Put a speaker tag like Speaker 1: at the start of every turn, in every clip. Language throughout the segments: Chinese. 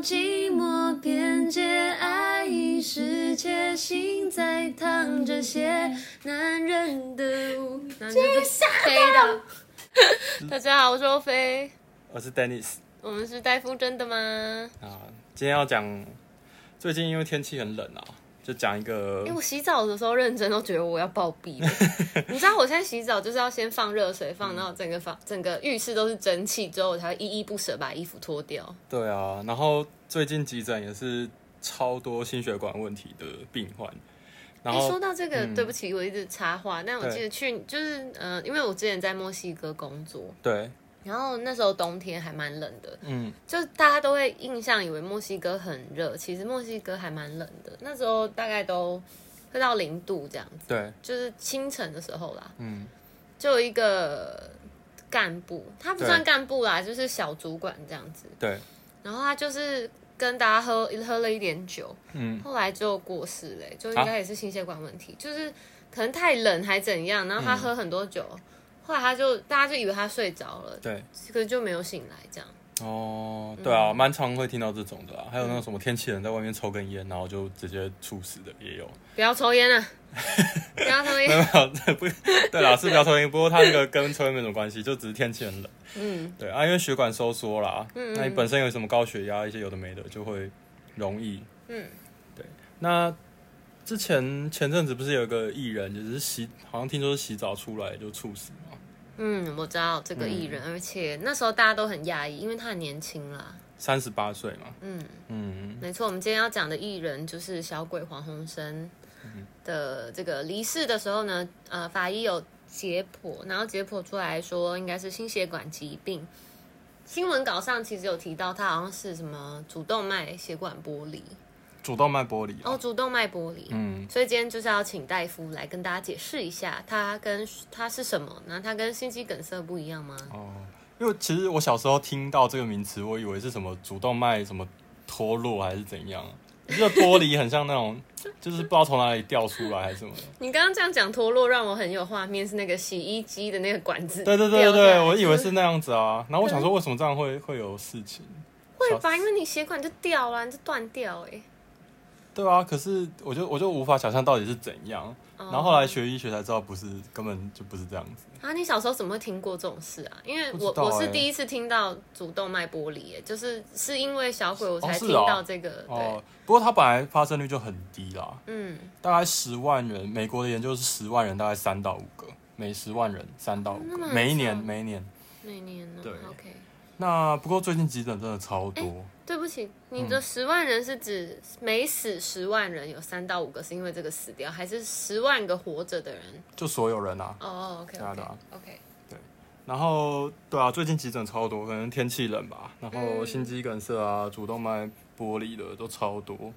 Speaker 1: 寂寞边界，爱已失窃，心在淌着血，男人的舞，男人的飞的。大家好，我是欧菲，
Speaker 2: 我是 Dennis
Speaker 1: 我们是戴夫，真的吗？
Speaker 2: 啊，今天要讲最近因为天气很冷啊，就讲一个
Speaker 1: 哎因为我洗澡的时候认真都觉得我要暴毙了， 你知道我现在洗澡就是要先放热水，
Speaker 2: 嗯
Speaker 1: 放到整个房整个浴室都是蒸汽之后，我才会依依不舍把衣服脱掉。
Speaker 2: 对啊，然后最近急诊也是超多心血管问题的病患，然
Speaker 1: 哎、说
Speaker 2: 后
Speaker 1: 到这个，
Speaker 2: 嗯
Speaker 1: 对不起，我一直插话。但我
Speaker 2: 对
Speaker 1: 记得去就是呃，因为我之前在墨西哥工作，
Speaker 2: 对，
Speaker 1: 然后那时候冬天还蛮冷的，
Speaker 2: 嗯，
Speaker 1: 就大家都会印象以为墨西哥很热，其实墨西哥还蛮冷的。那时候大概都会到零度这样子，
Speaker 2: 对，
Speaker 1: 就是清晨的时候啦，
Speaker 2: 嗯，
Speaker 1: 就有一个干部，他不
Speaker 2: 对
Speaker 1: 算干部啦，就是小主管这样子。
Speaker 2: 对，
Speaker 1: 然后他就是跟大家喝喝了一点酒，
Speaker 2: 嗯，啊
Speaker 1: 后来就过世嘞、就应该也是心血管问题，就是可能太冷还怎样，然后他喝很多酒，
Speaker 2: 嗯
Speaker 1: 后来他就大家就以为他睡着了，
Speaker 2: 对，
Speaker 1: 可是就没有醒来这样。
Speaker 2: 哦，对
Speaker 1: 嗯
Speaker 2: 啊，蛮常会听到这种的啊，还有那种什么天气冷在外面抽根烟，然后就直接猝死的也有。
Speaker 1: 不要抽烟 啊！不要抽
Speaker 2: 没
Speaker 1: 烟。
Speaker 2: 有没有，这不 对啦，是不要抽烟。不过它那个跟抽烟没什么关系，就只是天气很冷。嗯，对啊，因为血管收缩啦，
Speaker 1: 嗯
Speaker 2: 那你本身有什么高血压一些有的没的，就会容易。
Speaker 1: 嗯，
Speaker 2: 对。那之前前阵子不是有一个艺人，就是洗，好像听说是洗澡出来就猝死嘛？
Speaker 1: 嗯，我知道这个艺人，
Speaker 2: 嗯
Speaker 1: 而且那时候大家都很讶异，因为他很年轻啦。
Speaker 2: 三十八岁嘛。
Speaker 1: 嗯，
Speaker 2: 嗯，
Speaker 1: 没错，我们今天要讲的艺人就是小鬼黄鸿升的这个离世的时候呢，呃，法医有解剖，然后解剖出来说应该是心血管疾病。新闻稿上其实有提到，他好像是什么主动脉血管剥离
Speaker 2: 主动脉剥离啊。
Speaker 1: 哦，主动脉剥离。
Speaker 2: 嗯，
Speaker 1: 所以今天就是要请大夫来跟大家解释一下，它跟它是什么？那它跟心肌梗塞不一样吗？
Speaker 2: 哦，因为其实我小时候听到这个名词，我以为是什么主动脉什么脱落还是怎 样，这玻璃很像那种，就是不知道从哪里掉出来还是什么的。
Speaker 1: 你刚刚这样讲脱落，让我很有画面，是那个洗衣机的那个管子。
Speaker 2: 对对对对
Speaker 1: 掉下
Speaker 2: 对，
Speaker 1: 来
Speaker 2: 我以为是那样子啊。然后我想说，为什么这样会会有事情？
Speaker 1: 会
Speaker 2: 小
Speaker 1: 吧，因为你血管就掉了，你就断掉哎、
Speaker 2: 对啊，可是我就我就无法想象到底是怎样。然后后来学医学才知道，不是根本就不是这样子。
Speaker 1: 啊，你小时候怎么会听过这种事啊？因为
Speaker 2: 不知
Speaker 1: 我、
Speaker 2: 道
Speaker 1: 我是
Speaker 2: 欸
Speaker 1: 第一次听到主动脉剥离、欸，就是是因为小鬼我才
Speaker 2: 是
Speaker 1: 听
Speaker 2: 哦
Speaker 1: 到这个。对，
Speaker 2: 哦，不过它本来发生率就很低啦，
Speaker 1: 嗯，
Speaker 2: 大概十万人，美国的研究是十万人，大概三到五个，每十万人三到五
Speaker 1: 那么
Speaker 2: 个，
Speaker 1: 很
Speaker 2: 每一
Speaker 1: 少
Speaker 2: 年每一年。
Speaker 1: 每年呢、
Speaker 2: 对
Speaker 1: o k
Speaker 2: 那不过最近急诊真的超多，
Speaker 1: 对不起，你
Speaker 2: 嗯
Speaker 1: 的十万人是指每死十万人有三到五个是因为这个死掉，还是十万个活着的人？
Speaker 2: 就所有人啊。
Speaker 1: 哦、o k
Speaker 2: 对啊对
Speaker 1: OK
Speaker 2: 啊
Speaker 1: OK，
Speaker 2: 然后对啊，最近急诊超多，可能天气冷吧，然后
Speaker 1: 嗯
Speaker 2: 心肌梗塞啊、主动脉剥离的都超多。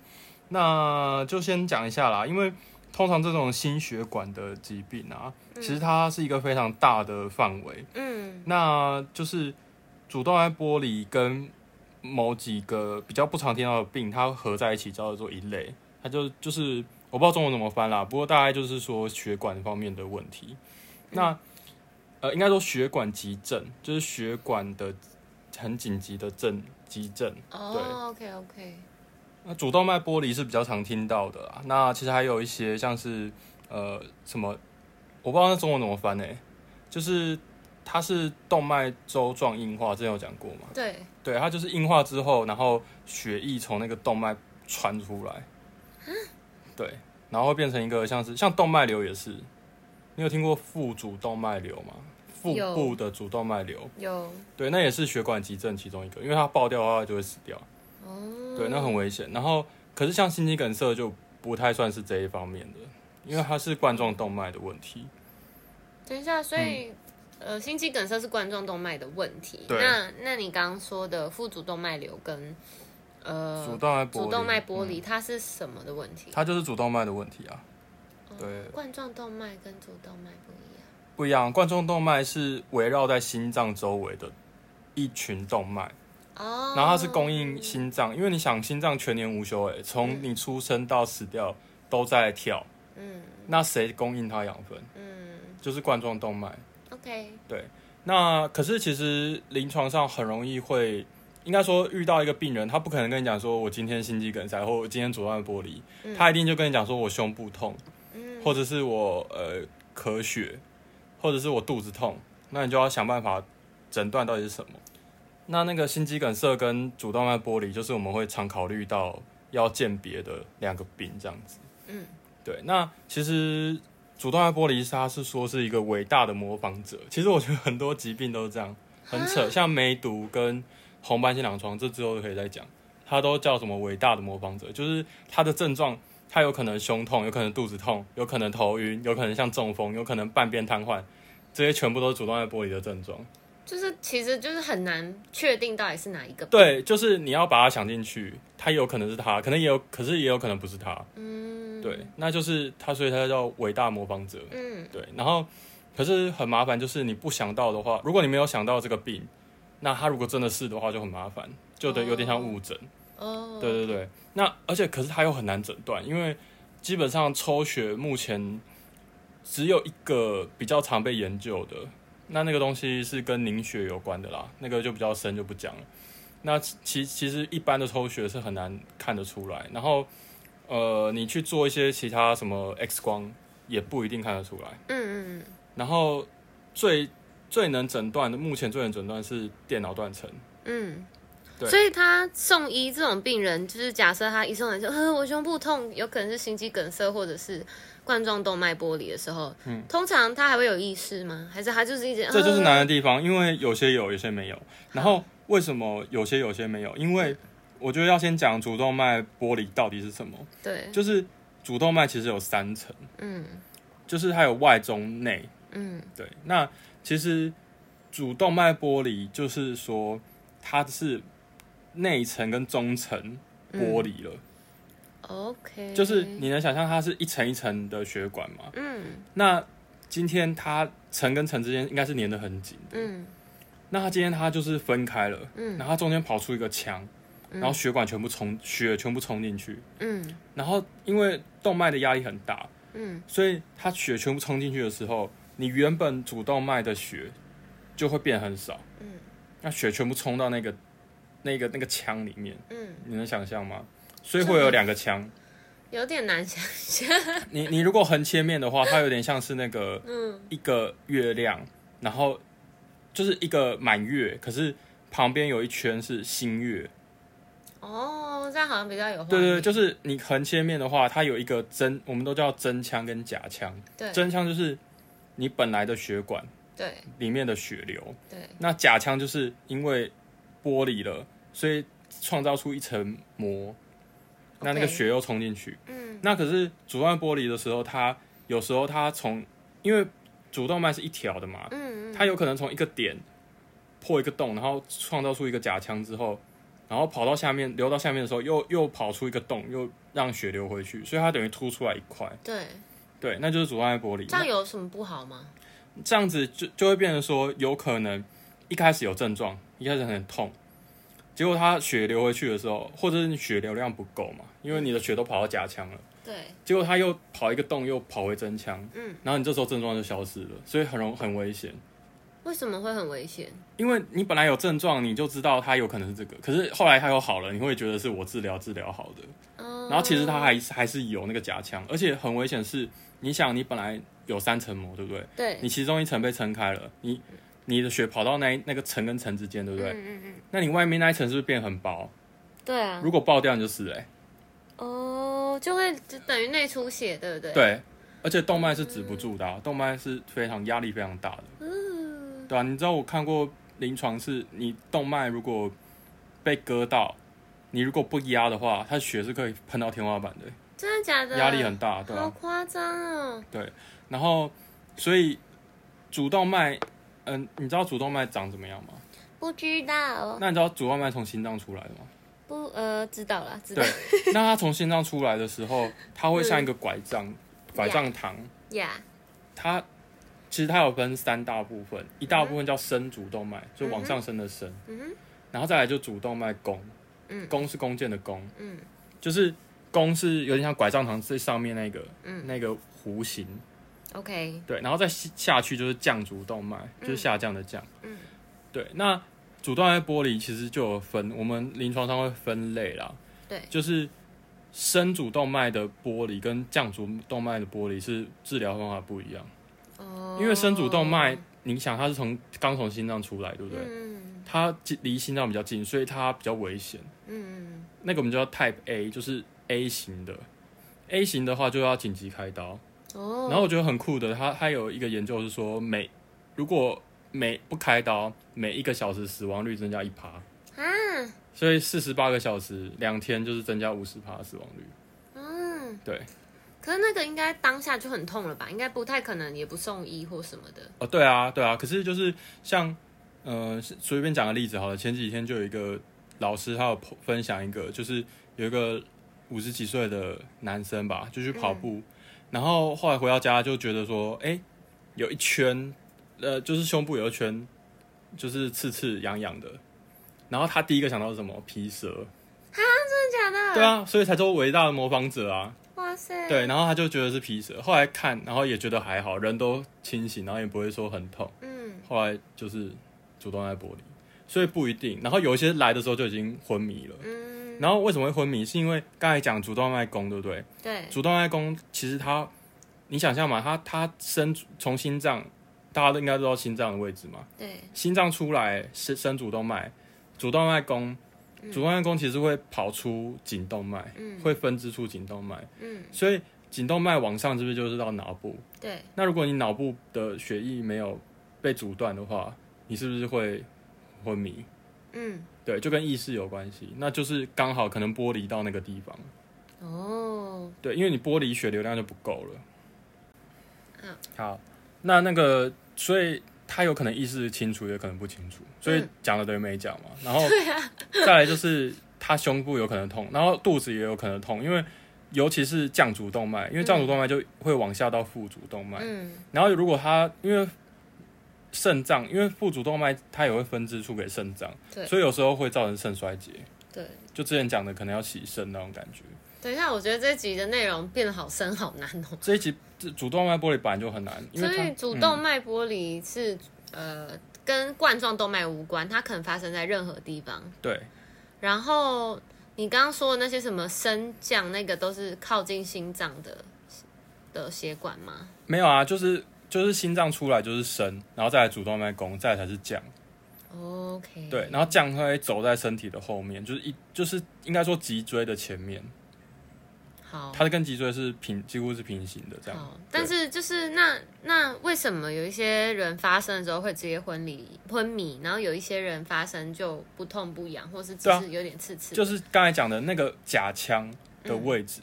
Speaker 2: 那就先讲一下啦，因为通常这种心血管的疾病啊，其实它是一个非常大的范围。
Speaker 1: 嗯
Speaker 2: 那就是主动脉剥离跟某几个比较不常听到的病，它合在一起叫做一类，它就就是我不知道中文怎么翻啦，不过大概就是说血管方面的问题。那呃，应该说血管急症，就是血管的很紧急的症急症。
Speaker 1: 哦、o k OK，
Speaker 2: 那主动脉剥离是比较常听到的啦。那其实还有一些像是呃什么，我不知道那中文怎么翻呢、就是它是动脉粥状硬化，之前有讲过嘛？
Speaker 1: 对，
Speaker 2: 对，它就是硬化之后，然后血液从那个动脉穿出来，对，然后会变成一个像是像动脉瘤也是，你有听过腹主动脉瘤吗？腹
Speaker 1: 有
Speaker 2: 部的主动脉瘤，
Speaker 1: 有
Speaker 2: 对，那也是血管急症其中一个，因为它爆掉的话就会死掉。
Speaker 1: 哦，
Speaker 2: 对，那很危险。然后，可是像心肌梗塞就不太算是这一方面的，因为它是冠状动脉的问题。
Speaker 1: 等一下，所以、呃，心肌梗塞是冠状动脉的问题。
Speaker 2: 嗯对
Speaker 1: 那那你刚刚说的副主动脉瘤跟呃
Speaker 2: 主动脉剥离
Speaker 1: 主动脉剥
Speaker 2: 嗯
Speaker 1: 离，它是什么的问题？
Speaker 2: 它就是主动脉的问题啊，
Speaker 1: 哦
Speaker 2: 对
Speaker 1: 冠状动脉跟主动脉不一样。
Speaker 2: 不一样。冠状动脉是围绕在心脏周围的一群动脉，
Speaker 1: 哦，
Speaker 2: 然后它是供应心脏，因为你想心脏全年无休、欸，从你出生到死掉都在跳，
Speaker 1: 嗯
Speaker 2: 那谁供应它养分？
Speaker 1: 嗯
Speaker 2: 就是冠状动脉。
Speaker 1: 哦，OK，
Speaker 2: 那可是其实临床上很容易会应该说遇到一个病人，他不可能跟你讲说我今天心肌梗塞或我今天左段玻璃，他一定就跟你讲说我胸部痛，或者是我呃咳血，或者是我肚子痛，那你就要想办法诊断到底是什么。那那个心肌梗塞跟主动脉剥离，就是我们会常考虑到要鉴别的两个病这样子。
Speaker 1: 嗯，
Speaker 2: 对。那其实主动脉剥离，它是说是一个伟大的模仿者。其实我觉得很多疾病都是这样，很扯。像梅毒跟红斑性狼疮，这之后可以再讲，它都叫什么伟大的模仿者，就是它的症状。它有可能胸痛，有可能肚子痛，有可能头晕，有可能像中风，有可能半边瘫痪，这些全部都是主动脉剥离的症状。
Speaker 1: 就是其实就是很难确定到底是哪一个。，
Speaker 2: 对，就是你要把它想进去，它有可能是他，可能也有，可是也有可能不是他。
Speaker 1: 嗯，
Speaker 2: 对，那就是他，所以他叫伟大模仿者。
Speaker 1: 嗯，
Speaker 2: 对，然后可是很麻烦，就是你不想到的话，如果你没有想到这个病，那他如果真的是的话就很麻烦，就得有点像误诊。
Speaker 1: 哦，
Speaker 2: 对对对，那而且可是他又很难诊断，因为基本上抽血目前只有一个比较常被研究的，那那个东西是跟凝血有关的啦，那个就比较深就不讲了。那其其其实一般的抽血是很难看得出来，然后呃，你去做一些其他什么 X 光也不一定看得出来。
Speaker 1: 嗯嗯嗯，
Speaker 2: 然后最最能诊断的，目前最能诊断是电脑断层。
Speaker 1: 嗯，
Speaker 2: 对
Speaker 1: 所以他送医这种病人，就是假设他一送来就，呵，我胸部痛，有可能是心肌梗塞或者是冠状动脉剥离的时候，嗯，通常他还会有意识吗？还是他就是一直，
Speaker 2: 这就是
Speaker 1: 呃
Speaker 2: 难的地方，因为有些有，有些没有。然后为什么有些有些没有？因为我觉得要先讲主动脉剥离到底是什么。
Speaker 1: 对，
Speaker 2: 就是主动脉其实有三层，
Speaker 1: 嗯
Speaker 2: 就是它有外、中、内。
Speaker 1: 嗯
Speaker 2: 对，那其实主动脉剥离就是说它是内层跟中层
Speaker 1: 嗯
Speaker 2: 剥离了，
Speaker 1: ，OK，
Speaker 2: 就是你能想象它是一层一层的血管嘛？
Speaker 1: 嗯
Speaker 2: 那今天它层跟层之间应该是粘得很紧的。
Speaker 1: 嗯
Speaker 2: 那它今天它就是分开了，
Speaker 1: 嗯
Speaker 2: 然后它中间跑出一个腔，然后血管全部冲血全部冲进去，
Speaker 1: 嗯
Speaker 2: 然后因为动脉的压力很大，
Speaker 1: 嗯
Speaker 2: 所以它血全部冲进去的时候，你原本主动脉的血就会变很少，
Speaker 1: 嗯
Speaker 2: 那血全部冲到那个那个那个腔里面，
Speaker 1: 嗯，
Speaker 2: 你能想象吗？所以会有两个腔，
Speaker 1: 有点难想象，
Speaker 2: 你你如果横切面的话，它有点像是那个
Speaker 1: 嗯
Speaker 2: 一个月亮，然后就是一个满月，可是旁边有一圈是新月。
Speaker 1: 哦，这样好像比较有画
Speaker 2: 对对，对
Speaker 1: 面
Speaker 2: 就是你横切面的话，它有一个真，我们都叫真腔跟假腔。
Speaker 1: 对
Speaker 2: 真腔就是你本来的血管
Speaker 1: 对
Speaker 2: 里面的血流，
Speaker 1: 对，
Speaker 2: 那假腔就是因为剥离了，所以创造出一层膜，那那个
Speaker 1: OK
Speaker 2: 血又冲进去。
Speaker 1: 嗯
Speaker 2: 那可是主动脉剥离的时候，它有时候它从因为主动脉是一条的嘛，
Speaker 1: 嗯嗯，
Speaker 2: 它有可能从一个点破一个洞，然后创造出一个假腔之后，然后跑到下面流到下面的时候，又又跑出一个洞，又让血流回去，所以它等于凸出来一块。
Speaker 1: 对，
Speaker 2: 对，那就是阻碍玻璃。
Speaker 1: 这样
Speaker 2: 那
Speaker 1: 有什么不好吗？
Speaker 2: 这样子就就会变成说，有可能一开始有症状，一开始很痛，结果它血流回去的时候，或者是你血流量不够嘛，因为你的血都跑到假腔了，
Speaker 1: 对，
Speaker 2: 结果它又跑一个洞，又跑回真腔，
Speaker 1: 嗯，
Speaker 2: 然后你这时候症状就消失了，所以很容很危险。
Speaker 1: 为什么会很危险？
Speaker 2: 因为你本来有症状，你就知道它有可能是这个，可是后来它又好了，你会觉得是我治疗治疗好的，
Speaker 1: 哦，
Speaker 2: 然后其实它还是还是有那个假腔，而且很危险是，你想你本来有三层膜，对不对？
Speaker 1: 对，
Speaker 2: 你其中一层被撑开了，你你的血跑到那一那个层跟层之间，对不对？
Speaker 1: 嗯嗯嗯，
Speaker 2: 那你外面那一层是不是变很薄？
Speaker 1: 对啊，
Speaker 2: 如果爆掉你就死了欸、
Speaker 1: 哦，就会就等于内出血，对不对？，
Speaker 2: 对，而且动脉是止不住的啊、动脉是非常压力非常大的。
Speaker 1: 嗯，
Speaker 2: 对啊，你知道我看过临床是，你动脉如果被割到，你如果不压的话，它血是可以喷到天花板的，
Speaker 1: 真的假的？
Speaker 2: 压力很大，对
Speaker 1: 嗯好
Speaker 2: 啊。
Speaker 1: 夸张哦。
Speaker 2: 然后，所以主动脉，嗯、你知道主动脉长怎么样吗？
Speaker 1: 不知道，哦
Speaker 2: 那你知道主动脉从心脏出来的吗？
Speaker 1: 不呃，知道了，知道
Speaker 2: 对，那它从心脏出来的时候，它会像一个拐
Speaker 1: 嗯
Speaker 2: 杖，拐杖糖。
Speaker 1: 呀，
Speaker 2: 它其实它有分三大部分，一大部分叫升主动脉，就往上升的升，
Speaker 1: 嗯哼，
Speaker 2: 然后再来就主动脉弓
Speaker 1: 嗯，
Speaker 2: 弓是弓箭的弓，
Speaker 1: 嗯，
Speaker 2: 就是弓是有点像拐杖糖最上面那个，
Speaker 1: 嗯
Speaker 2: 那个弧形，
Speaker 1: ，OK，
Speaker 2: 对，然后再下下去就是降主动脉，就是下降的降，
Speaker 1: 嗯，
Speaker 2: 对，那主动脉剥离其实就有分，我们临床上会分类啦，
Speaker 1: 对，
Speaker 2: 就是深主动脉的剥离跟降主动脉的剥离是治疗方法不一样，
Speaker 1: 哦，
Speaker 2: 因为深主动脉，你想它是从刚从心脏出来，对不对？
Speaker 1: 嗯
Speaker 2: 它近离心脏比较近，所以它比较危险。
Speaker 1: 嗯
Speaker 2: 那个我们叫 Type A，就是 A 型的。A 型的话就要紧急开刀。
Speaker 1: 哦，
Speaker 2: 然后我觉得很酷的，它它有一个研究是说，每如果每不开刀，每一个小时死亡率增加一趴。
Speaker 1: 啊，
Speaker 2: 所以四十八个小时，两天就是增加五十趴死亡率。
Speaker 1: 嗯，
Speaker 2: 对，
Speaker 1: 可是那个应该当下就很痛了吧？应该不太可能，也不送医或什么的。
Speaker 2: 哦，对啊，对啊。可是就是像，呃，随便讲个例子好了。前几天就有一个老师，他有 po- 分享一个，就是有一个五十几岁的男生吧，就去跑步，然后后来回到家就觉得说，哎、有一圈，呃，就是胸部有一圈，就是刺刺痒痒的。然后他第一个想到是什么？皮蛇。
Speaker 1: 真的假的？
Speaker 2: 对，啊，所以才做伟大的模仿者啊。
Speaker 1: 哇塞，
Speaker 2: 对，，然后他就觉得是皮蛇，后来看，然后也觉得还好，人都清醒，然后也不会说很痛。
Speaker 1: 嗯，
Speaker 2: 后来就是主动脉剥离，所以不一定。然后有一些来的时候就已经昏迷了。
Speaker 1: 嗯，
Speaker 2: 然后为什么会昏迷？是因为刚才讲主动脉弓，对不对？
Speaker 1: 对，
Speaker 2: 主动脉弓其实它，你想象嘛，它它伸从心脏，大家都应该知道心脏的位置嘛。
Speaker 1: 对，
Speaker 2: 心脏出来是伸主动脉，主动脉弓，主动脉弓其实会跑出颈动脉，
Speaker 1: 嗯
Speaker 2: 会分支出颈动脉。
Speaker 1: 嗯，
Speaker 2: 所以颈动脉往上是不是就是到脑部？
Speaker 1: 对，
Speaker 2: 那如果你脑部的血液没有被阻断的话，你是不是会昏迷？
Speaker 1: 嗯，
Speaker 2: 对，就跟意识有关系，那就是刚好可能剥离到那个地方。
Speaker 1: 哦，
Speaker 2: 对，因为你剥离血流量就不够了。
Speaker 1: 嗯，
Speaker 2: 好，那那个，所以他有可能意识清楚，也可能不清楚，所以
Speaker 1: 嗯
Speaker 2: 讲了等于没讲嘛。然后再来就是他胸部有可能痛，然后肚子也有可能痛，因为尤其是降主动脉，因为降主动脉就会往下到腹主动脉，
Speaker 1: 嗯，
Speaker 2: 然后如果他因为肾脏，因为腹主动脉它也会分支出给肾脏，
Speaker 1: 对
Speaker 2: 所以有时候会造成肾衰竭。
Speaker 1: 对。
Speaker 2: 就之前讲的，可能要洗肾那种感觉。
Speaker 1: 等一下，我觉得这集的内容变得好深好难哦。
Speaker 2: 这一集这主动脉剥离本来就很难，因为
Speaker 1: 所
Speaker 2: 它嗯
Speaker 1: 以主动脉剥离是、呃跟冠状动脉无关，它可能发生在任何地方。
Speaker 2: 对
Speaker 1: 然后你刚刚说的那些什么升降，那个都是靠近心脏的的血管吗？
Speaker 2: 没有啊，就是就是心脏出来就是升，然后再来主动脉弓，再来才是降。
Speaker 1: OK，
Speaker 2: 对，然后降它会走在身体的后面，就是一就是应该说脊椎的前面，
Speaker 1: 好，
Speaker 2: 它跟脊椎是平几乎是平行的这样。
Speaker 1: 好，但是就是那那为什么有一些人发生的时候会直接昏迷昏迷，然后有一些人发生就不痛不痒，或是只
Speaker 2: 对啊
Speaker 1: 是有点刺刺，
Speaker 2: 就是刚才讲的那个甲腔的位置，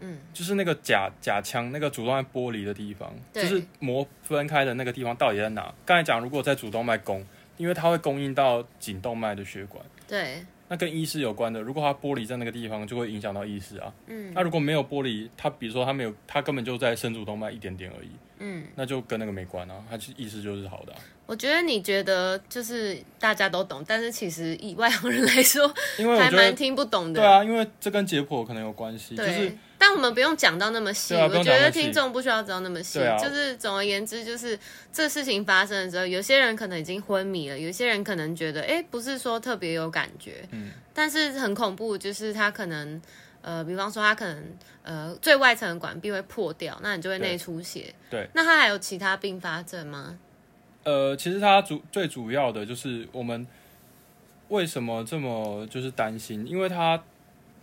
Speaker 1: 嗯，
Speaker 2: 就是那个甲甲腔那个主动脉剥离的地方，就
Speaker 1: 对
Speaker 2: 是膜分开的那个地方到底在哪？刚才讲如果在主动脉弓，因为它会供应到颈动脉的血管，
Speaker 1: 对，
Speaker 2: 那跟意识有关的，如果它剥离在那个地方，就会影响到意识啊。
Speaker 1: 嗯
Speaker 2: 那如果没有剥离，它比如说它没有，它根本就在深主动脉一点点而已，
Speaker 1: 嗯，
Speaker 2: 那就跟那个没关啊，它就意识就是好的啊、
Speaker 1: 我觉得你觉得就是大家都懂，但是其实以外行人来 说
Speaker 2: 因为我
Speaker 1: 还
Speaker 2: 觉
Speaker 1: 蛮
Speaker 2: 得。
Speaker 1: 听不懂的，
Speaker 2: 对啊，因为这跟解剖可能有关系，就
Speaker 1: 对。
Speaker 2: 是
Speaker 1: 但我们不用讲到那么细，
Speaker 2: 对啊
Speaker 1: 我
Speaker 2: 不用
Speaker 1: 觉
Speaker 2: 讲那
Speaker 1: 得
Speaker 2: 么细
Speaker 1: 听众不需要知道那么细。
Speaker 2: 对啊
Speaker 1: 就是总而言之，就是这事情发生的时候，有些人可能已经昏迷了，有些人可能觉得，哎，不是说特别有感觉，
Speaker 2: 嗯，
Speaker 1: 但是很恐怖，就是他可能，呃，比方说他可能，呃，最外层的管壁会破掉，那你就会内出血。
Speaker 2: 对，
Speaker 1: 那他还有其他并发症吗？
Speaker 2: 呃，其实它主最主要的就是我们为什么这么就是担心，因为它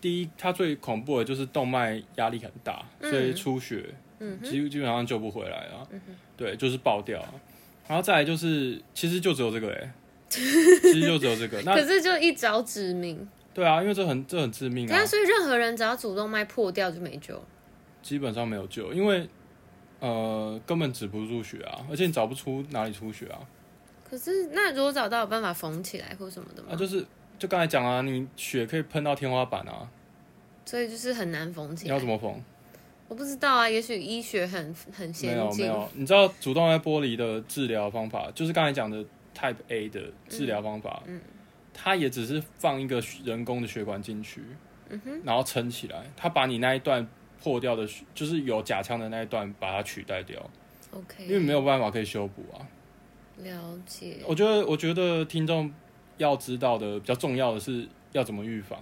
Speaker 2: 第一，它最恐怖的就是动脉压力很大，
Speaker 1: 嗯
Speaker 2: 所以出血，
Speaker 1: 嗯哼
Speaker 2: 几乎基本上救不回来了，
Speaker 1: 嗯哼
Speaker 2: 对，就是爆掉啊。然后再来就是，其实就只有这 个哎、其实就只有这个。那
Speaker 1: 可是就一招致命，
Speaker 2: 对啊，因为这很这很致命
Speaker 1: 对
Speaker 2: 啊
Speaker 1: 啊，，所以任何人只要主动脉破掉就没救了。
Speaker 2: 基本上没有救，因为呃根本止不住血啊，而且你找不出哪里出血啊。
Speaker 1: 可是那如果找到有办法缝起来或什么的吗？
Speaker 2: 啊，就是就刚才讲啊，你血可以喷到天花板啊，
Speaker 1: 所以就是很难缝
Speaker 2: 你
Speaker 1: 起
Speaker 2: 要
Speaker 1: 来
Speaker 2: 怎。么缝？
Speaker 1: 我不知道啊，也许医学很很
Speaker 2: 没
Speaker 1: 先
Speaker 2: 有没
Speaker 1: 进。
Speaker 2: 有，你知道主动脉剥离的治疗方法，就是刚才讲的 Type A 的治疗方法，
Speaker 1: 嗯
Speaker 2: 它也只是放一个人工的血管进去，
Speaker 1: 嗯哼，
Speaker 2: 然后撑起来，它把你那一段破掉的血，就是有甲腔的那一段，把它取代掉，因为
Speaker 1: ，OK，
Speaker 2: 没有办法可以修补啊。
Speaker 1: 了解。
Speaker 2: 我觉得，我觉得听众要知道的比较重要的是要怎么预防。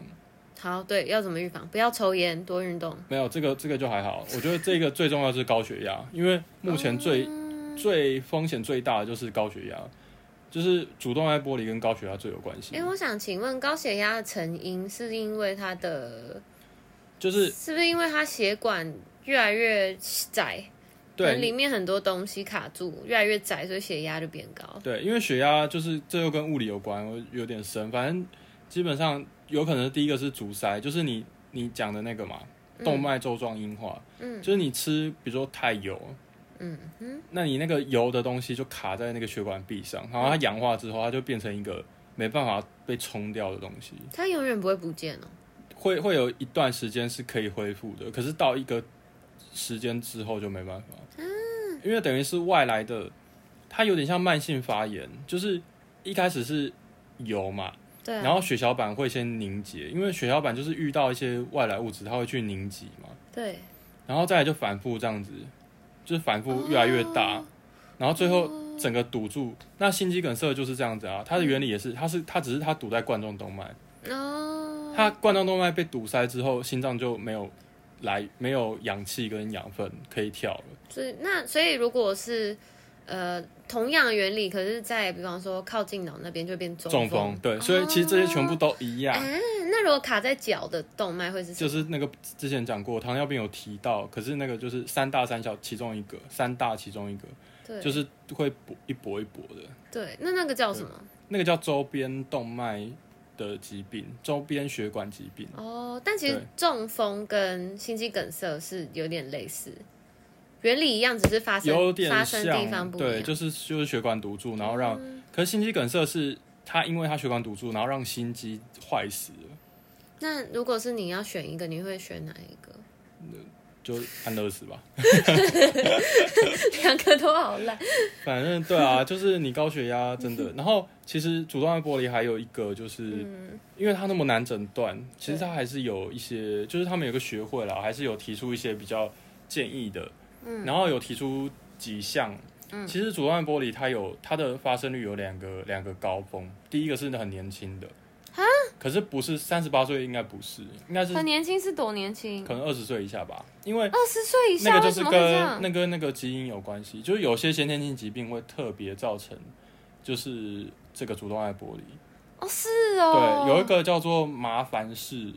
Speaker 1: 好，对，要怎么预防？不要抽烟，多运动。
Speaker 2: 没有这个这个就还好，我觉得这个最重要的是高血压，因为目前
Speaker 1: 哦
Speaker 2: 最、
Speaker 1: 嗯
Speaker 2: 最风险最大的就是高血压，就是主动脉剥离跟高血压最有关系
Speaker 1: 哎、。我想请问，高血压的成因是因为它的，
Speaker 2: 就是
Speaker 1: 是不是因为它血管越来越窄，可能里
Speaker 2: 对
Speaker 1: 面很多东西卡住，越来越窄，所以血压就变高。
Speaker 2: 对，因为血压就是这又跟物理有关，我有点深。反正基本上有可能第一个是阻塞，就是你你讲的那个嘛，动脉粥状硬化，
Speaker 1: 嗯
Speaker 2: 就是你吃比如说太油，
Speaker 1: 嗯嗯，
Speaker 2: 那你那个油的东西就卡在那个血管壁上，然后它氧化之后，它就变成一个没办法被冲掉的东西。
Speaker 1: 它永远不会不见哦。
Speaker 2: 会会有一段时间是可以恢复的，可是到一个时间之后就没办法，因为等于是外来的，它有点像慢性发炎，就是一开始是油嘛，
Speaker 1: 对
Speaker 2: 然
Speaker 1: 啊，
Speaker 2: 后血小板会先凝结，因为血小板就是遇到一些外来物质，它会去凝集嘛，
Speaker 1: 对，
Speaker 2: 然后再来就反复这样子，就是反复越来越大，然后最后整个堵住。那心肌梗塞就是这样子啊，它的原理也是，它是它只是它堵在冠状动脉，
Speaker 1: 哦，
Speaker 2: 它冠状动脉被堵塞之后，心脏就没有来没有氧气跟养分可以跳了。
Speaker 1: 所以那所以如果是呃同样的原理，可是在比方说靠近脑那边就变中
Speaker 2: 中风对，所以其实这些全部都一样，
Speaker 1: 嗯那如果卡在脚的动脉会是什
Speaker 2: 就
Speaker 1: 么？
Speaker 2: 是那个之前讲过糖尿病有提到，可是那个就是三大三小其中一个，三大其中一个
Speaker 1: 对，
Speaker 2: 就是会搏一搏一搏的。
Speaker 1: 对，那那个叫什么？
Speaker 2: 那个叫周边动脉的疾病，周边血管疾病。
Speaker 1: 哦，但其实
Speaker 2: 对
Speaker 1: 中风跟心肌梗塞是有点类似，原理一样，只是发生
Speaker 2: 有点
Speaker 1: 发生地方
Speaker 2: 像，
Speaker 1: 不一
Speaker 2: 对，
Speaker 1: 样。嗯
Speaker 2: 就是就是血管堵住，然后让，可是心肌梗塞是它因为它血管堵住，然后让心肌坏死了，
Speaker 1: 那如果是你要选一个，你会选哪一个？
Speaker 2: 就安乐死吧。
Speaker 1: 两个都好烂。
Speaker 2: 反正对啊，就是你高血压真的。然后其实主动脉剥离还有一个，就是、因为它那么难诊断，其实它还是有一些，就是他们有个学会啦，还是有提出一些比较建议的。嗯，然后有提出几项。嗯，其实主动脉剥离它有它的发生率有两个两个高峰，第一个是很年轻的，可是不是三十八岁应该不是，应该是
Speaker 1: 很年轻是多年轻？
Speaker 2: 可能二十岁以下吧，因为
Speaker 1: 二十岁以
Speaker 2: 那
Speaker 1: 下
Speaker 2: 个
Speaker 1: 为
Speaker 2: 就
Speaker 1: 什
Speaker 2: 是
Speaker 1: 么会这
Speaker 2: 跟
Speaker 1: 样？
Speaker 2: 那跟那个基因有关系，就是有些先天性疾病会特别造成，就是这个主动脉剥离。
Speaker 1: 哦，是哦，
Speaker 2: 对，有一个叫做麻烦氏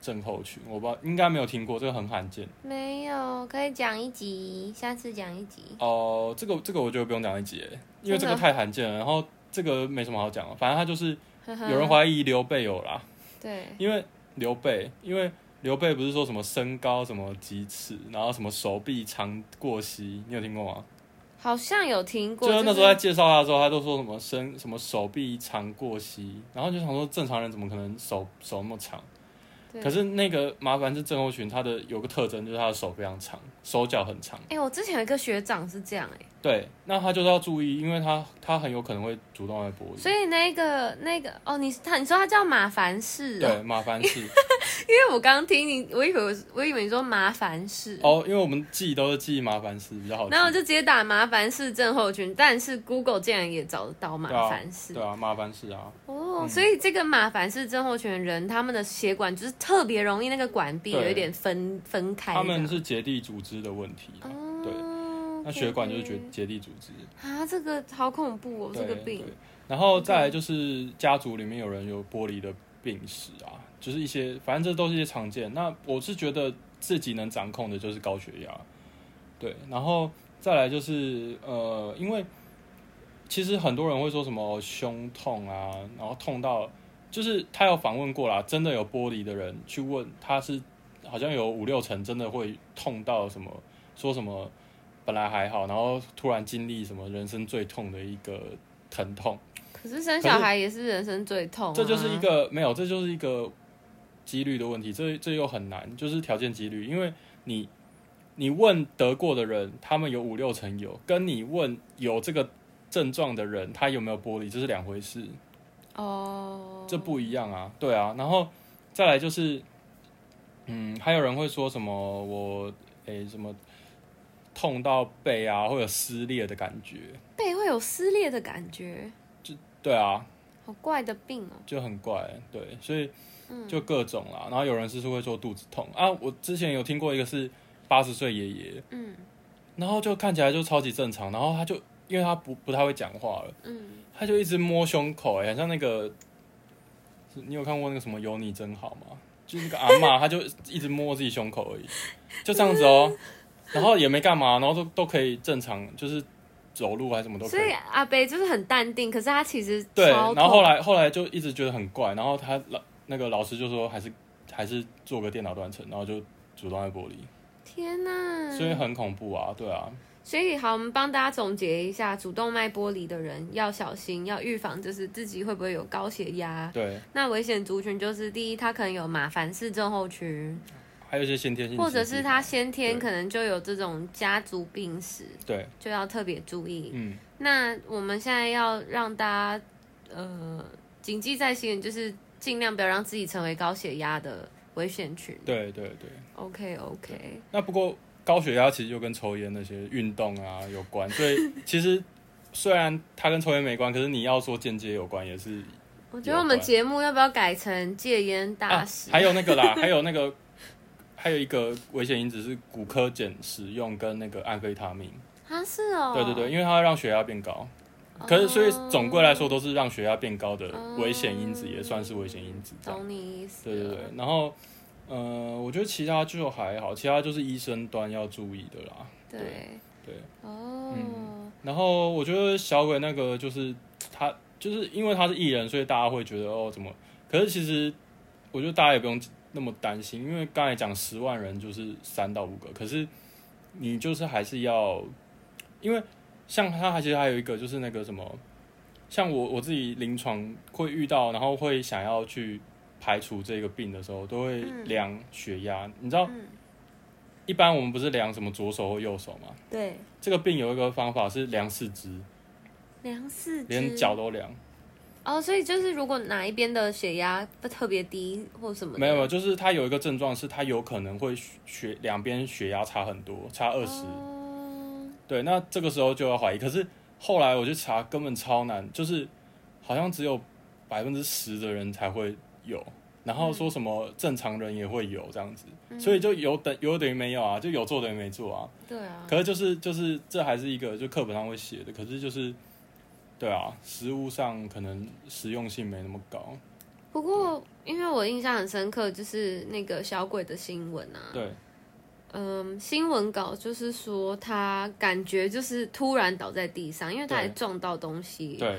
Speaker 2: 症候群，我不知道应该没有听过，这个很罕见。
Speaker 1: 没有，可以讲一集，下次讲一集。
Speaker 2: 哦、这个这个我觉得不用讲一节，因为这
Speaker 1: 真
Speaker 2: 个
Speaker 1: 的
Speaker 2: 太罕见了。然后这个没什么好讲，反正他就是
Speaker 1: 呵呵
Speaker 2: 有人怀疑刘备有啦，
Speaker 1: 对，
Speaker 2: 因为刘备，因为刘备不是说什么身高什么几尺，然后什么手臂长过膝，你有听过吗？
Speaker 1: 好像有听过，
Speaker 2: 就是那
Speaker 1: 是
Speaker 2: 时候在介绍他的时候，他都说什么身什么手臂长过膝，然后就想说正常人怎么可能手手那么长？
Speaker 1: 对
Speaker 2: 可是那个麻烦是症候群，它的有个特征就是他的手非常长，手脚很长。
Speaker 1: 哎、我之前有一个学长是这样哎、
Speaker 2: 对，那他就是要注意，因为他他很有可能会主动来剥
Speaker 1: 所
Speaker 2: 离。
Speaker 1: 以那个那个哦，你他你说他叫马凡氏、
Speaker 2: 对，
Speaker 1: 哦，
Speaker 2: 麻烦是
Speaker 1: 因为我刚刚听你，我以为我我以为你说麻烦氏，
Speaker 2: 哦，因为我们记都是记麻烦是比较好记。
Speaker 1: 然后我就直接打麻烦氏症候群，但是 Google 竟然也找得到马凡氏、
Speaker 2: 对啊，麻烦是啊，
Speaker 1: 哦，所以这个马凡氏症候群的人，他们的血管就是特别容易那个管壁
Speaker 2: 对
Speaker 1: 有一点分分开的，
Speaker 2: 他们是结缔组织的问题啊、
Speaker 1: 哦
Speaker 2: 对，那血管就是结
Speaker 1: OK
Speaker 2: 结缔组织。
Speaker 1: 啊，这个好恐怖哦，这个
Speaker 2: 对
Speaker 1: 病嗯
Speaker 2: 对，然后再来就是家族里面有人有玻璃的病史啊，就是一些反正这都是一些常见。那我是觉得自己能掌控的就是高血压，对，然后再来就是呃，因为其实很多人会说什么哦胸痛啊，然后痛到就是他有访问过啦，真的有玻璃的人去问他是好像有五六成真的会痛到什么说什么。本来还好，然后突然经历什么人生最痛的一个疼痛，
Speaker 1: 可是生小孩也是人生最痛、啊，
Speaker 2: 这就是一个没有，这就是一个几率的问题，这这又很难，就是条件几率，因为你你问得过的人，他们有五六成有，跟你问有这个症状的人，他有没有玻璃，这是两回事，
Speaker 1: 哦，
Speaker 2: 这不一样啊，对啊，然后再来就是，嗯，还有人会说什么我诶、什么痛到背啊，会有撕裂的感觉，
Speaker 1: 背会有撕裂的感觉，
Speaker 2: 对啊，
Speaker 1: 好怪的病哦。
Speaker 2: 就很怪，对，所以就各种啦。然后有人是说会说肚子痛啊，我之前有听过一个是八十岁爷爷，嗯，然后就看起来就超级正常，然后他就因为他不不太会讲话了，嗯，他就一直摸胸口、欸，很像那个，是你有看过那个什么有你真好吗？就是那个阿嬷，她就一直摸自己胸口而已，就这样子哦、然后也没干嘛，然后都都可以正常，就是走路还是什么都可
Speaker 1: 所以阿北就是很淡定，可是他其实
Speaker 2: 对，
Speaker 1: 超
Speaker 2: 然后后
Speaker 1: 痛
Speaker 2: 来后来就一直觉得很怪，然后他老那个老师就说还是还是做个电脑断层，然后就主动在玻璃，
Speaker 1: 天哪、
Speaker 2: 所以很恐怖啊，对啊，
Speaker 1: 所以好，我们帮大家总结一下，主动脉剥离的人要小心，要预防，就是自己会不会有高血压。
Speaker 2: 对，
Speaker 1: 那危险族群就是第一，他可能有马凡氏症候群，
Speaker 2: 还有一些先天性疾病，
Speaker 1: 或者是他先天
Speaker 2: 对
Speaker 1: 可能就有这种家族病史，
Speaker 2: 对，
Speaker 1: 就要特别注意。
Speaker 2: 嗯，
Speaker 1: 那我们现在要让大家呃谨记在心，就是尽量不要让自己成为高血压的危险群。
Speaker 2: 对对对。
Speaker 1: OK OK，
Speaker 2: 那不过高血压其实就跟抽烟那些运动啊有关，所以其实虽然它跟抽烟没关，可是你要说间接有关也是
Speaker 1: 我觉得我们节目要不要改成戒烟大
Speaker 2: 啊
Speaker 1: 使？，
Speaker 2: 还有那个 啦，还有那个。还有一个危险因子是骨科碱使用跟那个安非他命，
Speaker 1: 啊，是哦，
Speaker 2: 对对对，因为它会让血压变高。可是，所以
Speaker 1: 哦
Speaker 2: 总归来说，都是让血压变高的危险因子，也算是危险因子。这样
Speaker 1: 哦懂你意思
Speaker 2: 对
Speaker 1: 了。
Speaker 2: 对对。然后，呃，我觉得其他就还好，其他就是医生端要注意的啦。
Speaker 1: 对
Speaker 2: 对。嗯
Speaker 1: 哦，
Speaker 2: 然后我觉得小鬼那个就是他，就是因为他是艺人，所以大家会觉得哦怎么？可是其实我觉得大家也不用那么担心，因为刚才讲十万人就是三到五个，可是你就是还是要，因为像他还其实还有一个就是那个什么，像我我自己临床会遇到，然后会想要去排除这个病的时候，都会量血压。你知道，一般我们不是量什么左手或右手吗？
Speaker 1: 对，
Speaker 2: 这个病有一个方法是量四肢，
Speaker 1: 量四肢
Speaker 2: 连脚都量。
Speaker 1: 哦，所以就是如果哪一边的血压不特别低或什么的，
Speaker 2: 没有没有，就是他有一个症状是他有可能会血两边血压差很多，差二十、
Speaker 1: 哦
Speaker 2: 对，那这个时候就要怀疑。可是后来我去查，根本超难，就是好像只有百分之十的人才会有，然后说什么正常人也会有这样子，所以就有等有等于没有啊，就有做等于没做啊。
Speaker 1: 对啊，
Speaker 2: 可是就是就是这还是一个就课本上会写的，可是就是对啊，实物上可能实用性没那么高。
Speaker 1: 不过因为我印象很深刻，就是那个小鬼的新闻啊，
Speaker 2: 对
Speaker 1: 嗯，新闻稿就是说他感觉就是突然倒在地上，因为他
Speaker 2: 对
Speaker 1: 还撞到东西，
Speaker 2: 对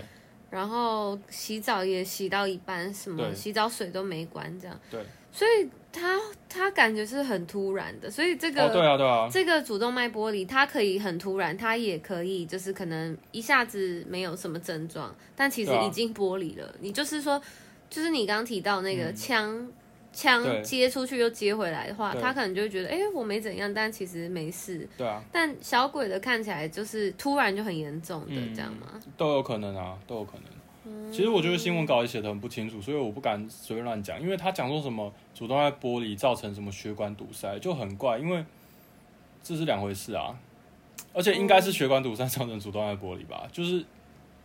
Speaker 1: 然后洗澡也洗到一半，什么
Speaker 2: 对
Speaker 1: 洗澡水都没关，这样。
Speaker 2: 对，
Speaker 1: 所以他他感觉是很突然的，所以这个、
Speaker 2: 哦对啊对啊，
Speaker 1: 这个主动脉剥离，它可以很突然，它也可以就是可能一下子没有什么症状，但其实
Speaker 2: 对啊
Speaker 1: 已经剥离了。你就是说，就是你刚刚提到那个枪。枪
Speaker 2: 嗯对
Speaker 1: 接出去又接回来的话，
Speaker 2: 对
Speaker 1: 他可能就会觉得，哎、我没怎样，但其实没事。
Speaker 2: 对啊，
Speaker 1: 但小鬼的看起来就是突然就很严重的，
Speaker 2: 嗯
Speaker 1: 这样吗？
Speaker 2: 都有可能啊，都有可能。
Speaker 1: 嗯
Speaker 2: 其实我觉得新闻稿也写的很不清楚，所以我不敢随便乱讲，因为他讲说什么主动脉剥离造成什么血管堵塞就很怪，因为这是两回事啊，而且应该
Speaker 1: 嗯
Speaker 2: 是血管堵塞造成主动脉剥离吧，就是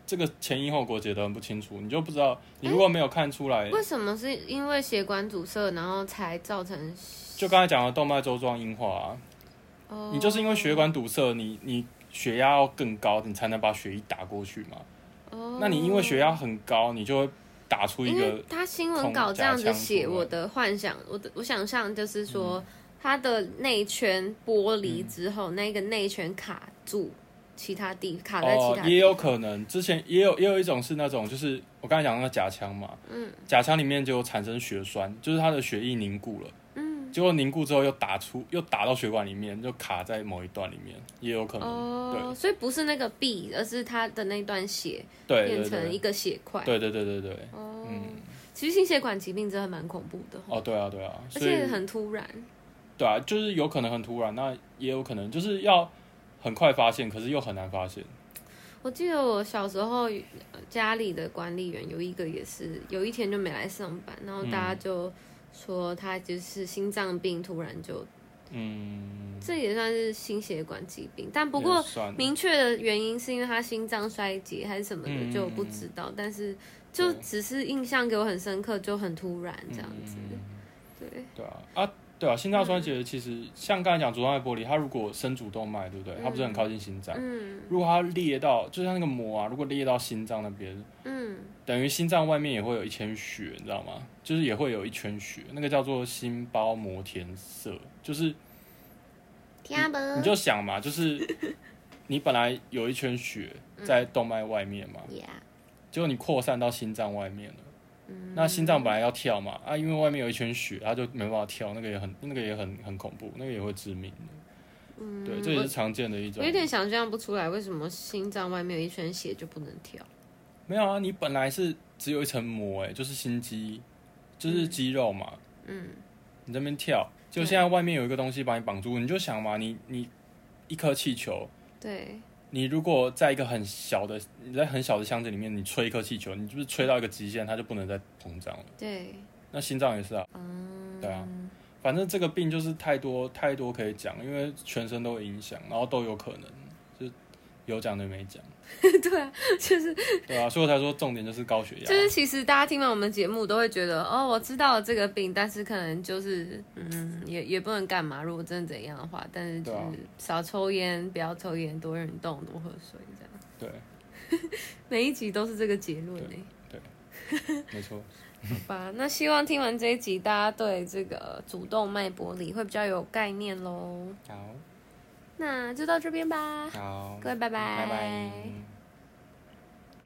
Speaker 2: 这个前因后果写的很不清楚，你就不知道，你如果没有看出来，
Speaker 1: 为什么是因为血管阻塞，然后才造成？
Speaker 2: 就刚才讲的动脉粥状硬化、啊，
Speaker 1: 哦
Speaker 2: 你就是因为血管堵塞，你你血压要更高，你才能把血液打过去嘛。
Speaker 1: 哦
Speaker 2: 那你因为血压很高，你就会打出一
Speaker 1: 因为
Speaker 2: 个
Speaker 1: 他新闻稿这样子写，
Speaker 2: 空夹枪出嗯来
Speaker 1: 我的幻想，我的我想象就是说，它的内圈剥离
Speaker 2: 嗯
Speaker 1: 之后，那个内圈卡住其他地，卡在其
Speaker 2: 哦
Speaker 1: 他，地
Speaker 2: 也有可能之前也有也有一种是那种就是我刚才讲的那个甲腔嘛，嗯，甲腔里面就产生血栓，就是它的血液凝固了。嗯，结果凝固之后又打出，又打到血管里面，就卡在某一段里面，也有可能。
Speaker 1: 哦，所以不是那个壁，而是它的那段血
Speaker 2: 对
Speaker 1: 变
Speaker 2: 对
Speaker 1: 成一
Speaker 2: 对
Speaker 1: 个血块。
Speaker 2: 对对对对对，
Speaker 1: 哦，
Speaker 2: 嗯，
Speaker 1: 其实心血管疾病真的蛮恐怖的，
Speaker 2: 哦，对啊对啊，
Speaker 1: 而
Speaker 2: 所以
Speaker 1: 且很突然。
Speaker 2: 对啊，就是有可能很突然，那也有可能就是要很快发现，可是又很难发现。
Speaker 1: 我记得我小时候呃家里的管理员有一个也是，有一天就没来上班，然后大
Speaker 2: 嗯
Speaker 1: 家就说他就是心脏病，突然就，
Speaker 2: 嗯，
Speaker 1: 这也算是心血管疾病，但不过
Speaker 2: 也算
Speaker 1: 明确的原因是因为他心脏衰竭还是什么
Speaker 2: 嗯嗯
Speaker 1: 的
Speaker 2: 嗯
Speaker 1: 就不知道，但是就只是印象给我很深刻，就很突然这样子。
Speaker 2: 嗯
Speaker 1: 对，
Speaker 2: 对啊，啊，对啊，心脏
Speaker 1: 嗯
Speaker 2: 衰竭其实像刚才讲主动脉剥离，它如果深主动脉，对不对？它不是很靠近心脏，
Speaker 1: 嗯
Speaker 2: 如果它裂到，就像那个膜啊，如果裂到心脏那边，
Speaker 1: 嗯，
Speaker 2: 等于心脏外面也会有一圈血，你知道吗？就是也会有一圈血，那个叫做心包膜填塞，就是
Speaker 1: 听啊不？
Speaker 2: 你就想嘛，就是 你本来有一圈血在动脉外面嘛，
Speaker 1: 呀，
Speaker 2: 结果你扩散到心脏外面了。
Speaker 1: 嗯
Speaker 2: 那心脏本来要跳嘛，啊，因为外面有一圈血，它就没办法跳，那个也很，那个也很很恐怖，那个也会致命的。
Speaker 1: 嗯，
Speaker 2: 对，这也
Speaker 1: 我
Speaker 2: 是常见的一种
Speaker 1: 我有。点想象不出来，为什么心脏外面有一圈血就不能跳？
Speaker 2: 没有啊，你本来是只有一层膜，哎，就是心肌，就是肌肉嘛。
Speaker 1: 嗯，
Speaker 2: 你这边跳，就
Speaker 1: 对
Speaker 2: 现在外面有一个东西把你绑住，你就想嘛，你你一颗气球，
Speaker 1: 对，
Speaker 2: 你如果在一个很小的，你在很小的箱子里面，你吹一颗气球，你就是吹到一个极限，它就不能再膨胀了。
Speaker 1: 对，
Speaker 2: 那心脏也是啊，
Speaker 1: 嗯，
Speaker 2: 对啊，反正这个病就是太多太多可以讲，因为全身都有影响，然后都有可能，就有讲的没讲，
Speaker 1: 对啊，就是
Speaker 2: 对啊，所以我才说重点就是高血压
Speaker 1: 就。是，其实大家听完我们节目都会觉得，哦，我知道了这个病，但是可能就是，嗯，也也不能干嘛。如果真的怎样的话，但是就
Speaker 2: 对啊
Speaker 1: 是少抽烟，不要抽烟，多运动，多喝水，这样。
Speaker 2: 对，
Speaker 1: 每一集都是这个结论呢、
Speaker 2: 没错，
Speaker 1: 好吧？那希望听完这一集，大家对这个主动脉剥离会比较有概念喽。
Speaker 2: 好，
Speaker 1: 那就到这边吧，
Speaker 2: 好，
Speaker 1: 各位拜拜
Speaker 2: 拜拜